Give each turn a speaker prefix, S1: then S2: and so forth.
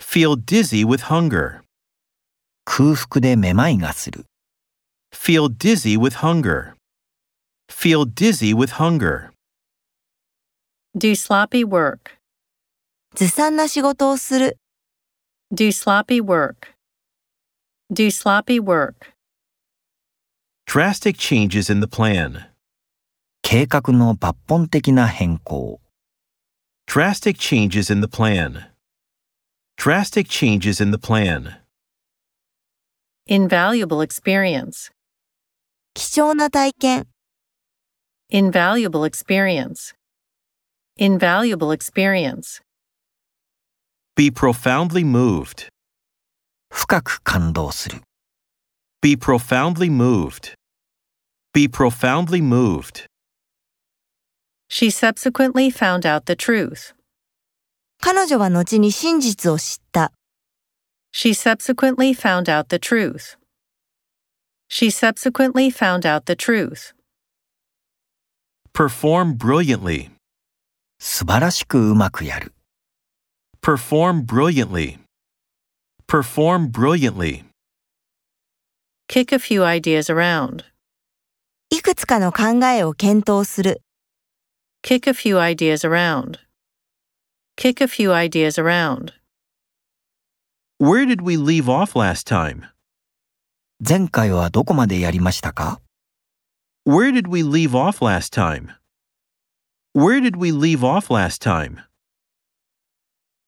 S1: Feel dizzy with hunger.
S2: 空腹でめまいがする。
S1: Feel dizzy with hunger. Feel dizzy with hunger.
S3: Do sloppy work.
S4: ずさんな仕事をする。
S3: Do sloppy work. Do sloppy work.
S1: Drastic changes in the plan.
S2: 計画の抜本的な変更。
S1: Drastic changes in the plan. Drastic changes in the plan.
S3: Invaluable experience.
S4: 貴重な体験。
S3: Invaluable experience. Invaluable experience.
S1: Be profoundly moved.
S2: 深く感動する。
S1: Be profoundly moved. Be profoundly moved.
S3: She subsequently found out the truth.
S4: 彼女は後に真実を知った。
S3: She subsequently found out the truth. She subsequently found out the truth.
S1: Perform brilliantly.
S2: 素晴らしくうまくやる。
S1: Perform brilliantly. Perform brilliantly.
S3: Kick a few ideas around.
S4: いくつかの考えを検討する。
S3: Kick a few ideas around. Kick a few ideas around.
S1: Where did we leave off last time?
S2: 前回はどこまでやりましたか
S1: Where did we leave off last time? Where did we leave off last time?